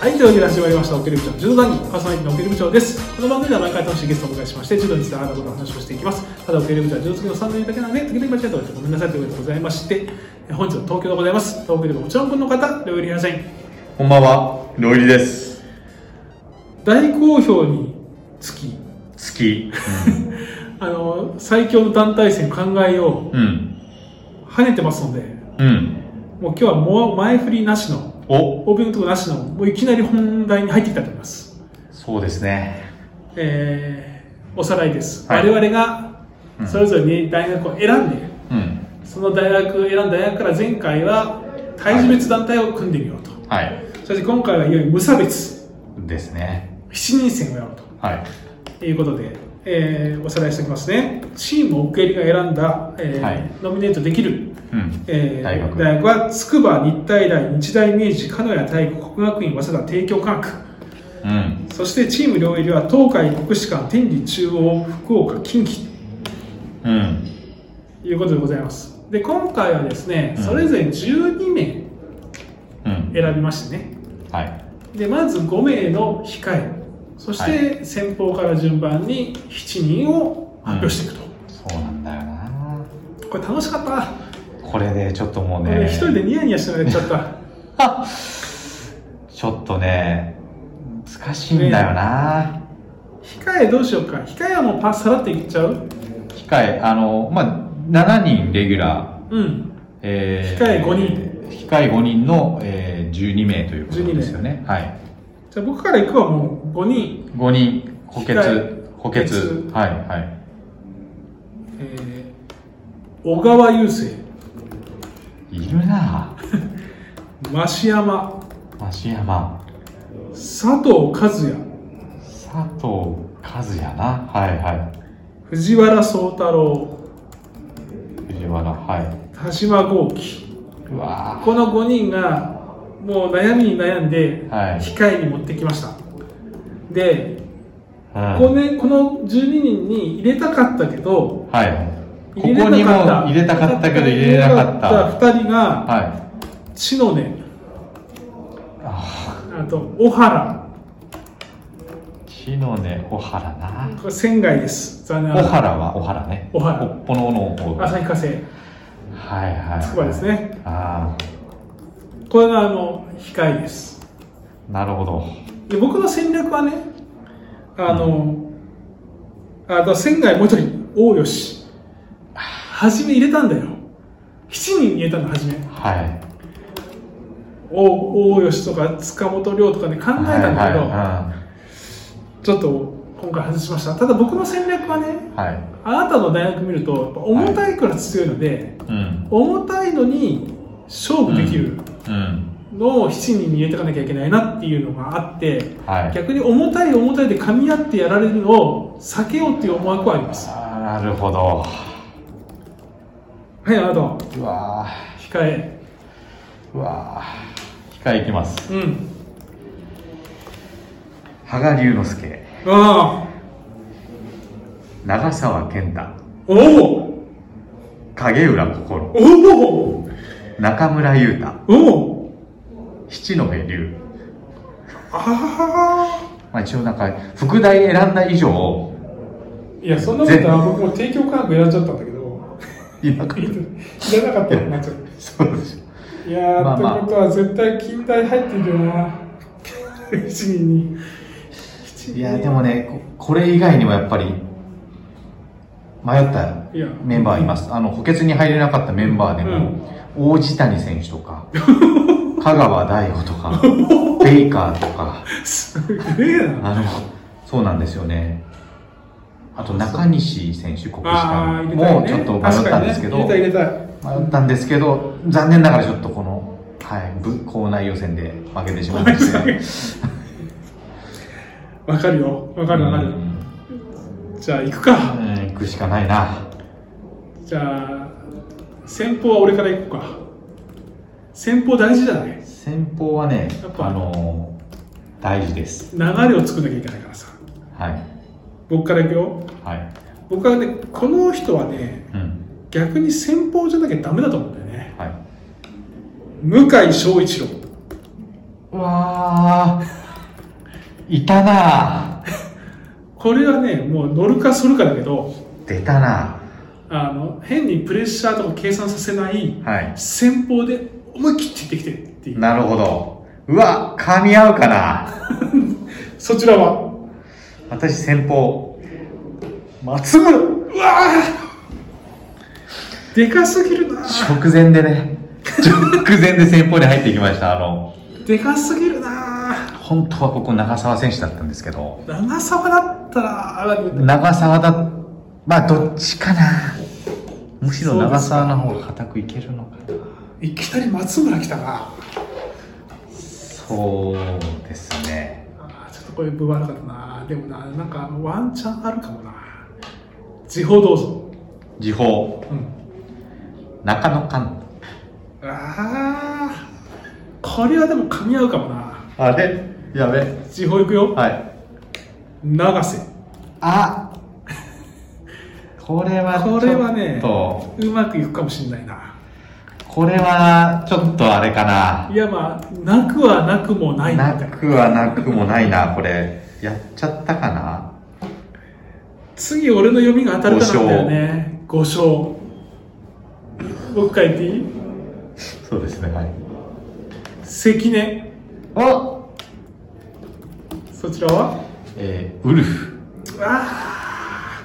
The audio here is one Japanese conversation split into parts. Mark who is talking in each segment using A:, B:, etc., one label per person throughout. A: はい、というわけで始まりました、オケル部長の柔道談義、パーソナリティのオケル部長です。この番組では毎回楽しいゲストをお迎えしまして、柔道についてあなたことの話をしていきます。ただ、オケル部長は柔道好きの3人だけなので、時々間違えたことはごめんなさいということでございまして、え本日は東京でございます。東京でももちろんこの方、料理屋社員、
B: こんばんは、料理です。
A: 大好評につき、
B: 好き。
A: あの、最強の団体戦考えよ
B: うん。
A: う、跳ねてますので、
B: うん。
A: もう今日はもう前振りなしの、
B: お、
A: オープニングとかなしの、もういきなり本題に入ってきたと思います。
B: そうですね。
A: えーおさらいです、
B: はい
A: 我々が
B: うん
A: それぞれに大学を選んで、
B: うん。
A: その大学を選んだ大学から前回は体重別団体を組んでみようと、
B: はい。
A: そして今回はいよいよ無差別
B: ですね。
A: 7人戦をやろう
B: はい。
A: ということで、えーおさらいしておきますねチームを受け入れが選んだ、えー
B: はい
A: ノミネートできる、
B: うん。
A: えー
B: 大学
A: は筑波日体大日大明治鹿屋体育国学院早稲田帝京科学
B: うん。
A: そしてチーム両入りは東海国士舘天理中央福岡近畿
B: うん。
A: ということでございます。で、今回はですね、
B: うん
A: それぞれ12名
B: うん。
A: 選びましてね、
B: はい。
A: で、まず5名の控え、そし
B: は
A: て先方から順番に7人を発表していくと。
B: そうなんだよな。
A: これ楽しかった。
B: これでちょっともう
A: これ
B: ね、
A: 一人でニヤニヤしてもらっちゃ った。
B: ちょっとね、難しいんだよな。
A: 控えどうしようか。控えはもうパスさらっていっちゃう
B: 機械、あの、まあ、7人レギュラー。
A: うん。
B: え
A: 機械五人。
B: 機械5人の、えー、12名ということ
A: 12名
B: ですよね。はい。
A: じゃあ僕から行くはもう5人、
B: 5人、補欠
A: 機械、
B: 補
A: 補
B: 欠
A: 欠。
B: はい、はい。
A: えー小川雄生、
B: いるなぁ。
A: 増山、
B: 増山、
A: 佐藤和也、
B: 佐藤和也な。はいは
A: 藤原宗太郎、
B: い。藤原、は
A: 田島豪樹。
B: い。うわ
A: この5人がもう悩みに悩んで
B: ぁ。はい。
A: 控えに持ってきましたで、
B: う
A: こ
B: ん、
A: ね、この12人に入れたかったけど
B: はい。ここ
A: 入れ
B: に
A: なか
B: も
A: った
B: 入れたかったけど入れなかった。
A: 2人が
B: はい。
A: 知のね
B: あ
A: あと小原
B: ー木の根、小原な。
A: これ仙外です残念
B: 小
A: ながら
B: 原は小原ね。
A: 小原
B: おっぽのの方。はい
A: 旭化成
B: はい。
A: 筑波です。ね
B: あ
A: これがあの控えです
B: あ、なるほど。
A: で僕の戦略はねあの、あと仙外もう一人大吉初め入れたんだよ7人入れたの初め
B: はい。
A: お大吉とか塚本亮とかね考えたんだけど、ちょっと今回外しましたただ僕の戦略はね
B: はいはい。うん。はい。
A: あなたの大学見るとやっぱ重たいから強いので、
B: うん。
A: 重たいのに勝負できる
B: うん。
A: のを7人に入れていかなきゃいけないなっていうのがあって
B: はい。
A: 逆に重たい重たいで噛み合ってやられるのを避けようっていう思惑はあります
B: あーなるほど。
A: はいあなたは
B: うわぁ。
A: 控え
B: うわぁ、機械いきます。
A: うん
B: 羽賀龍之介、
A: ああ
B: 長沢健太、
A: おお
B: 影浦心、
A: おお
B: 中村優太、
A: おお
B: 七戸龍。
A: ああ
B: まあ一応なんか、副題選んだ以上、
A: いや、そんなことは僕も提供価格選んじゃったんだけど、
B: いなく
A: いらなかったらなっちゃう。
B: そうですよ。
A: いやー、
B: まあまあ
A: ということは絶対近代入ってるよな。7人に。
B: いや、でもね、ここれ以外にもやっぱり、迷った
A: いや
B: メンバーいます。あの、補欠に入れなかったメンバーでも、大地谷選手とか、香川大吾と か、ベイカーとか、
A: すげえな。
B: あの、そうなんですよね。あと中西選手、国士
A: ああ、入れ
B: 舘
A: たい、ね。
B: もちょっと迷ったんですけど、
A: 確かにね、入れたい入れ
B: 迷ったんですけど、残念ながらちょっとこの、はい、ぶ校内予選で負けてしまい ましたね。
A: たい。わかるよ。わかるわか
B: う
A: る。
B: ん
A: じゃあ行くか。
B: うん、行くしかないな。
A: じゃあ、先方は俺から行くか。先方大事じゃない
B: 先方はね
A: やっ、ぱ
B: あのー大事です。
A: 流れを作んなきゃいけないからさ。
B: はい。
A: 僕から行くよ。
B: はい。
A: 僕はね、この人はね、
B: うん。
A: 逆に先方じゃなきゃダメだと思うんだよね
B: はい。
A: 向井翔一郎
B: わあ いたなぁ
A: これはね、もう乗るかするかだけど、
B: 出たな
A: あの、変にプレッシャーとか計算させない
B: ぁ、はい
A: 戦法で思い切って行ってきてっていう。
B: なるほどうわ噛み合うかな
A: そちらは、
B: 私先方松村
A: うわーでかすぎるな
B: 直前でね直前で先方に入っていきましたあの
A: でかすぎるな
B: 本当はここ長澤選手だったんですけど
A: 長沢だったら、あら
B: 長澤だまあどっちかなむしろ長澤の方が固くいけるのかない
A: きなり松村来たな
B: そうですね
A: あーちょっとこれ分悪かったなでもな、なんかワンチャンあるかもな時報どうぞ。
B: 時報
A: うん。
B: 中野寛
A: ああこれはでも噛み合うかもな
B: あれやべ
A: 時報行くよ。
B: はい
A: 長瀬。
B: あこれは
A: これはね
B: ちょっ
A: うまくいくかもしれないな。
B: とこれはちょっとあれかない
A: やまあ、なくはなくもない
B: な
A: みたいな。
B: くはなくもないな、これ。やっちゃったかな
A: 次俺の読みが当たるかなんだよね。5勝。僕書いていい
B: そうですね、はい。
A: 関根。
B: お
A: そちらは
B: えー、ウルフ。
A: ああ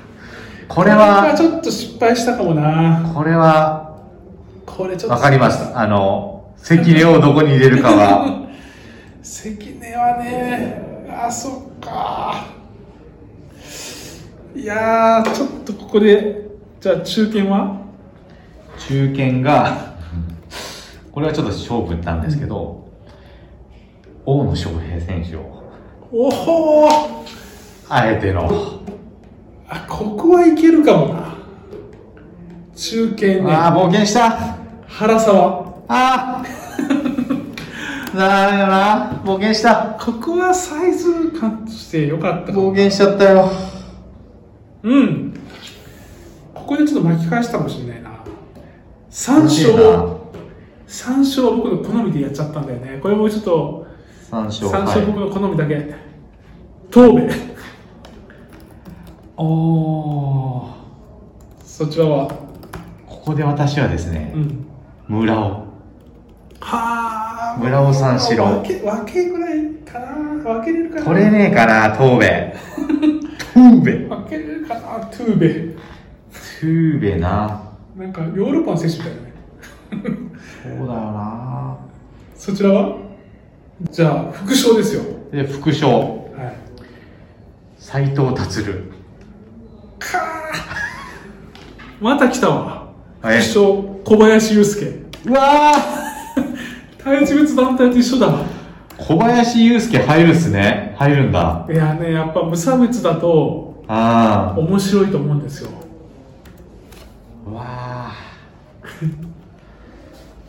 B: こ
A: こ
B: れ
A: れ
B: は、
A: ちょっと失敗したかもな。
B: これは、
A: これちょっと。
B: わかります。あの、関根をどこに入れるかは、
A: 関根はねあそっかいやーちょっとここでじゃあ中堅は
B: 中堅が、これはちょっと勝負なんですけど、大野翔平選手を、
A: おほー
B: あえての、
A: あここはいけるかもな中堅
B: あ
A: ね
B: あ、冒険した
A: 原沢
B: ああ だよな、冒険した
A: ここはサイズ感としてよかったか
B: 冒
A: も
B: 険しちゃったよ。
A: うんここでちょっと巻き返したかもしれないな3
B: 楽しい
A: 勝
B: な。
A: 3勝は僕の好みでやっちゃったんだよねこれもちょっと
B: 三勝
A: 三
B: は
A: 勝
B: い
A: 僕の好みだけ、東部
B: おー
A: そちらは
B: ここで私はですね
A: う、ん
B: 村尾
A: はあ
B: 村尾三四郎
A: 分け分けぐらいかな分けれるかな
B: 取れねえかな東部 東部
A: 分けれるかなトゥーベ
B: 東部な
A: なんかヨーロッパの選手みたいだね
B: そうだよな
A: そちらはじゃあ副賞ですよ
B: で副将
A: はい
B: 斎藤達
A: かーまた来たわ
B: はい
A: 副賞小林祐介
B: うわー
A: 対地別団体と一緒だわ
B: 小林祐介入るっすね入るんだ
A: いやねやっぱ無差別だと
B: あー
A: 面白いと思うんですよ
B: うわー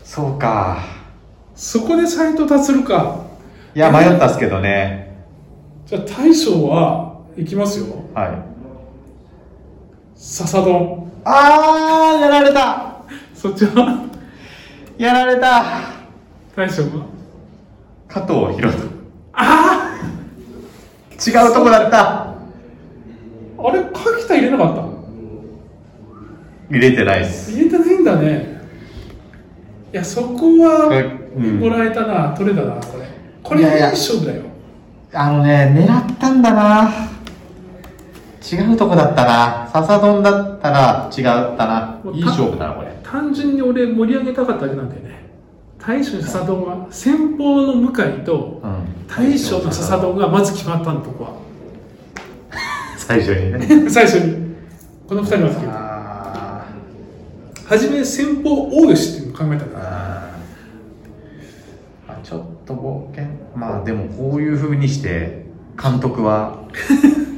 B: そうか
A: そこで斎藤達るか
B: いや迷ったっすけどね
A: じゃあ大将はいきますよ
B: はい
A: 笹丼
B: あーやられた
A: そっちは
B: やられた
A: 大将は
B: 加藤博人ああ違うとこだった
A: あれ柿田入れなかった
B: 入れてないっす
A: 入れてないんだねいやそこは
B: えうん
A: もらえたな、取れたなこれこれ
B: いやいや
A: いい勝負だよ
B: あのね狙ったんだな違うとこだったな笹丼だったら違ったな
A: もうた
B: いい勝負だなこれ
A: 単純に俺盛り上げたかっただけなんだよね大将の笹丼は先方の向井と
B: うん
A: 大将の笹丼がまず決まったのとこは
B: 最初にね
A: 最初にこの二人は決めた
B: あ
A: 初め先方大吉っていうのを考えたんだ
B: ああちょっと冒険まあでもこういうふうにして監督は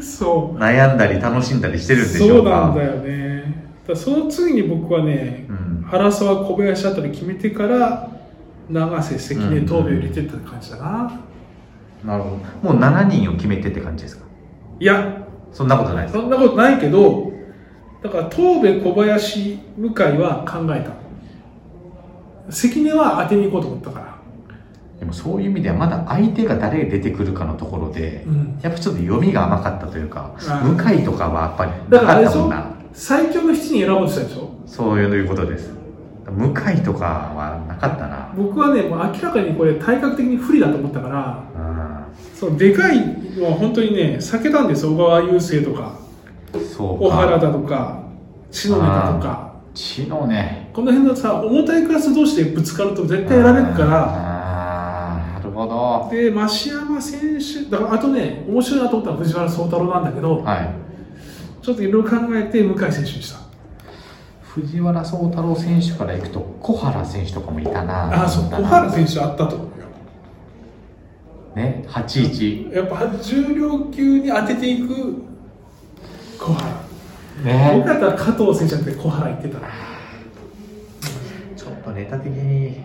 A: そう
B: 悩んだり楽しんだりしてるんでし
A: そ
B: ょ
A: う
B: う
A: なん
B: か
A: だよねだからその次に僕はね、
B: うん
A: 原沢小林あたり決めてから永瀬関根東部入れてった感じだな、
B: なるほどもう7人を決めてって感じですか
A: いや
B: そんなことないです
A: そんなことないけどだから東部小林向井は考えた関根は当てに行こうと思ったから
B: もそういう意味ではまだ相手が誰出てくるかのところで、
A: うん
B: やっぱちょっと読みが甘かったというか
A: あー
B: 向井とかはやっぱり
A: だ
B: な
A: からあれ
B: かっ
A: で
B: た
A: し
B: もん
A: ょ
B: な
A: 最強の7人選ぼうとしたでしょ
B: そういうことです向井とかはなかったな
A: 僕はねもう明らかにこれ体格的に不利だと思ったから
B: う
A: そのでかいのは本当にね避けたんですよ小川雄生とか
B: んそう
A: 小原
B: か
A: だとか篠田だとか
B: 知のね
A: この辺のさ重たいクラス同士でぶつかると絶対やられるから
B: あーなるほど
A: で増山選手だからあとね面白いなと思ったのは藤原宗太郎なんだけど
B: はい
A: ちょっといろいろ考えて向井選手にした
B: 藤原宗太郎選手からいくと小原選手とかもいたな
A: ああそう
B: だ
A: 小
B: な
A: 原選手あったと思うよ
B: ね81
A: やっぱ重量級に当てていく小原僕
B: ね
A: だったら加藤選手じゃなくて小原行ってたら
B: ちょっとネタ的に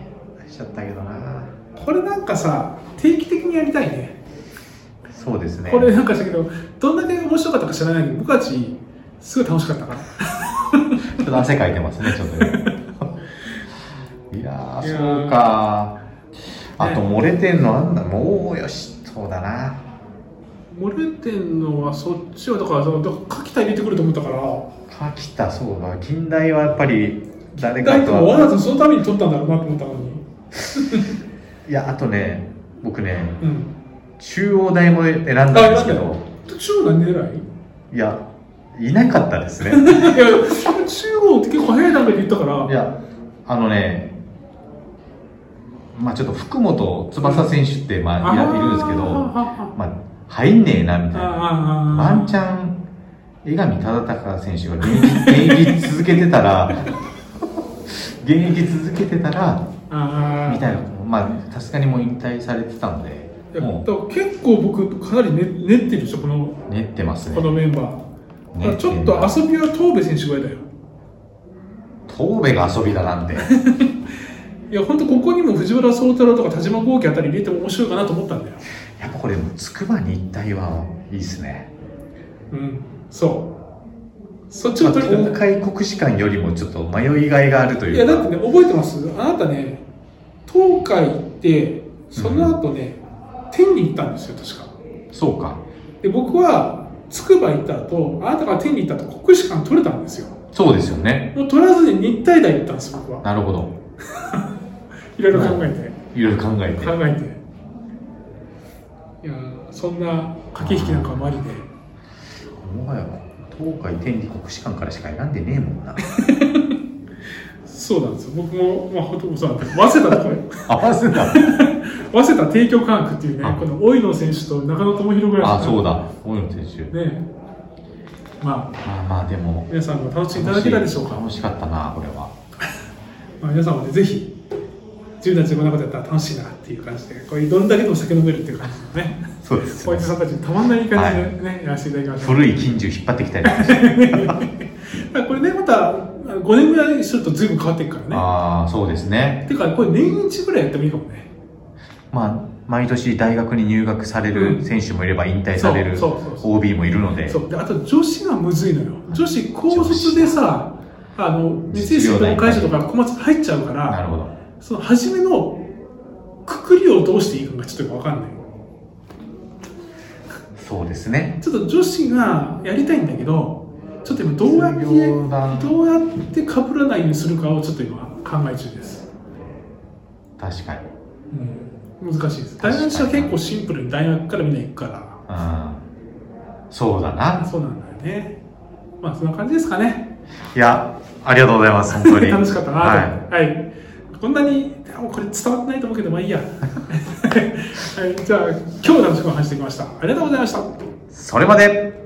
B: しちゃったけどな
A: これなんかさ定期的にやりたいね
B: そうですね
A: これなんかしたけどどんだけ面白かったか知らないけど僕たちすごい楽しかったから
B: ちょっと汗かいてますね、ちょっとね。
A: い
B: いや
A: や
B: ー、
A: ー
B: そうか。あと、
A: ね
B: 漏れてんのなんだ、もうよし、そうだな。
A: 漏れてんのはそっちはだからそのだから柿田入れてくると思ったから
B: 秋田、そうだ、近代はやっぱり、誰
A: だ
B: か
A: って
B: と
A: もわざ
B: は。
A: とそのために取ったんだろうなと思ったのに
B: いや、あとね、僕ね、
A: うん
B: 中央大も選んだんですけ
A: あ選ん
B: ど、
A: 中央何狙い
B: いや、いなかったですね。
A: いや中央って結構早い段階で言ったから
B: いや、あのね、まあちょっと福本翼選手って、まあ、いらいるんですけど、
A: あ
B: まあ、入んねえな、
A: ーあ
B: み
A: ー
B: たいな。
A: あ
B: ワン
A: ー
B: チャン江上忠敬選手が現役現役続けて たら現役続けてたら
A: あー
B: みたいなまあさすがにもう引退されてたので
A: いやだ
B: も
A: から結構僕かなり練練ってるでしょこの
B: う練ってます
A: こ
B: ね
A: のメンバー、だからちょっと
B: び
A: 遊びは東部選手ぐらいだよ
B: 東部が遊びだなんて
A: いや本当ここにも藤原宗太郎とか田島豪輝あたり入れても面白いかなと思ったんだよ
B: やっぱこれ筑波日体はいいですね
A: うんそうそっち
B: ま
A: を
B: あ
A: 取りたい
B: 東海国士舘よりもちょっと迷いがいがあると
A: い
B: い
A: や
B: うか
A: だってね覚えてますあなたね東海行ってその後ね、天に行ったんですよ確か
B: そうか
A: で僕は筑波行った後あなたが天に行った後国士舘取れたんですよ
B: そうですよね
A: もう取らずに日体大行ったんです僕は
B: なるほど
A: いろいろ考えて、
B: いろいろ考えて
A: 考えていやーそんな駆け引きなんかもありで
B: もはや東海天理国士舘からしか選んでねえもんな
A: そうなんですよ僕も、まあ、ほとんどそうなんです早稲田とかね
B: 合わせた
A: 早稲田帝京科学っていう
B: あ
A: ねこの大井野選手と中野智弘ぐらいしか
B: あ、そうだ、大野選手。
A: ねまあ
B: まあまあ、でも、
A: 皆さんも楽しんでいただけたでしょうか、
B: 楽しかったな、これは。
A: まあ、皆さんもねぜひ10代15代の方やったら楽しいなっていう感じでこれどんだけでも酒飲めるっていう感じでね
B: そうです
A: おやじさんたちにたまんない感じでね、やらせていただきましょう
B: 古い金獣引っ張ってきたりとかして
A: まあこれねまた5年ぐらいにすると随分変わっていくからね
B: ああ、そうですね。
A: てかこれ年一ぐらいやってもいいかもね
B: まあ、毎年大学に入学される選手もいれば引退される
A: そうそうそうそ
B: OB もいるので、
A: そうであと女子がむずいのよ女子高卒でさあの三井住友会社とか小松入っちゃうか
B: な
A: ら
B: るほど。
A: その初めのくくりをどうしていいのかちょっとよくわかんない
B: そうですね。
A: ちょっと女子がやりたいんだけどちょっと今どうやって
B: 卒業だ
A: どうやってかぶらないようにするかをちょっと今考え中です、
B: 確かに。
A: うん、難しいです大学生は結構シンプルに大学からみんな行くか
B: うん。そうだ
A: ら
B: な。
A: そうなんだよねまあそんな感じですかね
B: いや、ありがとうございます、本当に。
A: 楽しかったな
B: はい。
A: はい、こんなにあこれ伝わってないと思うけどまあいいや、 はい、じゃあ今日も楽しくお話ししてきましたありがとうございました
B: それまで